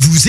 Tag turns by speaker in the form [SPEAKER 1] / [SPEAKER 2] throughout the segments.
[SPEAKER 1] Vous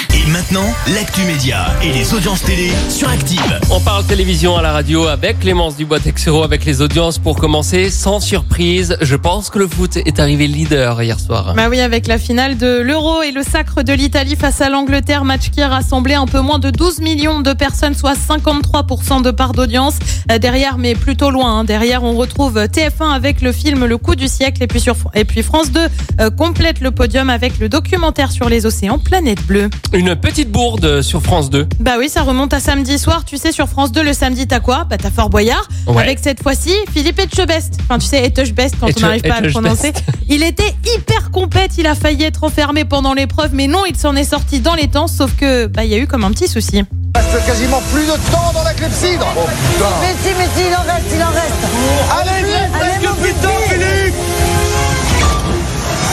[SPEAKER 1] Et maintenant, l'actu média et les audiences télé sur Active.
[SPEAKER 2] On parle télévision à la radio avec Clémence Dubois-Texero, avec les audiences pour commencer. Sans surprise, je pense que le foot est arrivé leader hier soir.
[SPEAKER 3] Bah oui, avec la finale de l'Euro et le sacre de l'Italie face à l'Angleterre, match qui a rassemblé un peu moins de 12 millions de personnes, soit 53% de part d'audience. Euh, Derrière, mais plutôt loin, hein, derrière, on retrouve TF1 avec le film Le coup du siècle et puis, sur, et puis France 2 euh, complète le podium avec le documentaire sur les océans Planète Bleue.
[SPEAKER 2] Une petite bourde sur France 2.
[SPEAKER 3] Bah oui, ça remonte à samedi soir. Tu sais, sur France 2, le samedi, t'as quoi Bah t'as Fort Boyard.
[SPEAKER 2] Ouais.
[SPEAKER 3] Avec cette fois-ci, Philippe Etchebest. Enfin, tu sais, Etchebest quand
[SPEAKER 2] Etche-
[SPEAKER 3] on n'arrive pas à le
[SPEAKER 2] Etchebest.
[SPEAKER 3] prononcer. Il était hyper compète. Il a failli être enfermé pendant l'épreuve, mais non, il s'en est sorti dans les temps. Sauf que, bah, il y a eu comme un petit souci.
[SPEAKER 4] reste quasiment plus de temps dans la clepsydre. Oh putain.
[SPEAKER 5] Mais si, mais si, il en reste, il en reste.
[SPEAKER 4] Allez, vite,
[SPEAKER 5] allez,
[SPEAKER 4] presque
[SPEAKER 5] mon
[SPEAKER 4] plus de temps, Philippe.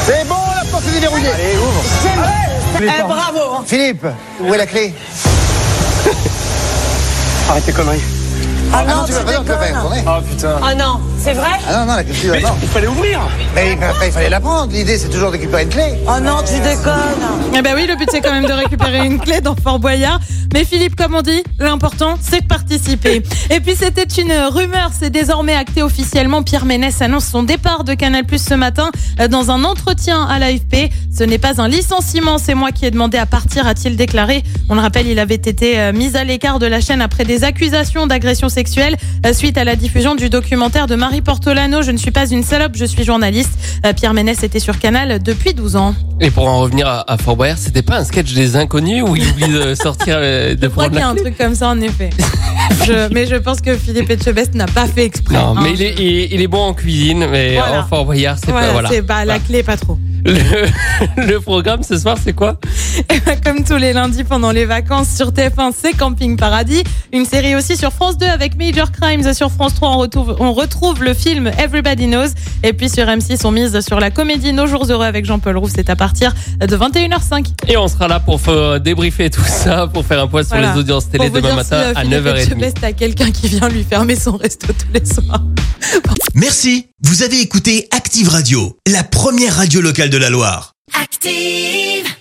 [SPEAKER 4] C'est bon, la porte est déverrouillée. Allez, ouvre.
[SPEAKER 5] Eh, bravo. hein.
[SPEAKER 4] Philippe, où est la clé Ah Arrête tes conneries.
[SPEAKER 5] Ah
[SPEAKER 4] Ah non,
[SPEAKER 5] non,
[SPEAKER 4] tu
[SPEAKER 5] tu
[SPEAKER 4] vas pas dire que tu vas faire
[SPEAKER 5] déconnes.
[SPEAKER 4] tourner.
[SPEAKER 5] Ah non, c'est vrai
[SPEAKER 4] Ah non, non, la clepsydre, non.
[SPEAKER 6] Il fallait ouvrir
[SPEAKER 4] Mais il- après, il fallait la prendre. L'idée, c'est toujours de récupérer une clé.
[SPEAKER 5] Oh non, tu déconnes.
[SPEAKER 3] Eh bah oui, le but c'est quand même de récupérer une clé dans Fort Boyard. Mais Philippe, comme on dit, l'important c'est de participer. Et puis c'était une rumeur, c'est désormais acté officiellement. Pierre Ménès annonce son départ de Canal Plus ce matin euh, dans un entretien à l'AFP. Ce n'est pas un licenciement, c'est moi qui ai demandé à partir, a-t-il déclaré. On le rappelle, il avait été euh, mis à l'écart de la chaîne après des accusations d'agression sexuelle euh, suite à la diffusion du documentaire de Marie Portolano. Je ne suis pas une salope, je suis journaliste. Euh, Pierre Ménès était sur Canal depuis 12 ans.
[SPEAKER 2] Et pour en revenir à, à Fort Boyard, c'était pas un sketch des inconnus où il oublie de sortir euh, de
[SPEAKER 3] Je crois
[SPEAKER 2] prendre
[SPEAKER 3] qu'il y a
[SPEAKER 2] la
[SPEAKER 3] un
[SPEAKER 2] clé
[SPEAKER 3] truc comme ça en effet. Je- mais je pense que Philippe Etchebest n'a pas fait exprès.
[SPEAKER 2] Non,
[SPEAKER 3] hein.
[SPEAKER 2] mais il est, il- il est bon en cuisine, mais
[SPEAKER 3] Voilà.
[SPEAKER 2] en Fort Boyard, c'est
[SPEAKER 3] Voilà,
[SPEAKER 2] pas... Voilà.
[SPEAKER 3] c'est bah, la clé, pas trop.
[SPEAKER 2] Le, le programme ce soir, c'est quoi
[SPEAKER 3] Et bah, comme tous les lundis pendant les vacances sur TF1, c'est Camping Paradis. Une série aussi sur France 2 avec Major Crimes. Sur France 3, on retrouve, on retrouve le film Everybody Knows. Et puis sur M6, on mise sur la comédie Nos Jours Heureux avec Jean-Paul Rouve. C'est à partir de 21h05.
[SPEAKER 2] Et on sera là pour euh, débriefer tout ça, pour faire un point sur
[SPEAKER 3] Voilà.
[SPEAKER 2] les audiences
[SPEAKER 3] Pour
[SPEAKER 2] télé
[SPEAKER 3] vous
[SPEAKER 2] demain
[SPEAKER 3] dire
[SPEAKER 2] matin
[SPEAKER 3] si, euh,
[SPEAKER 2] à
[SPEAKER 3] Philippe
[SPEAKER 2] 9h30.
[SPEAKER 3] Etchebest a quelqu'un qui vient lui fermer son resto tous les soirs.
[SPEAKER 1] Merci. Vous avez écouté Active Radio, la première radio locale de la Loire.
[SPEAKER 7] Active.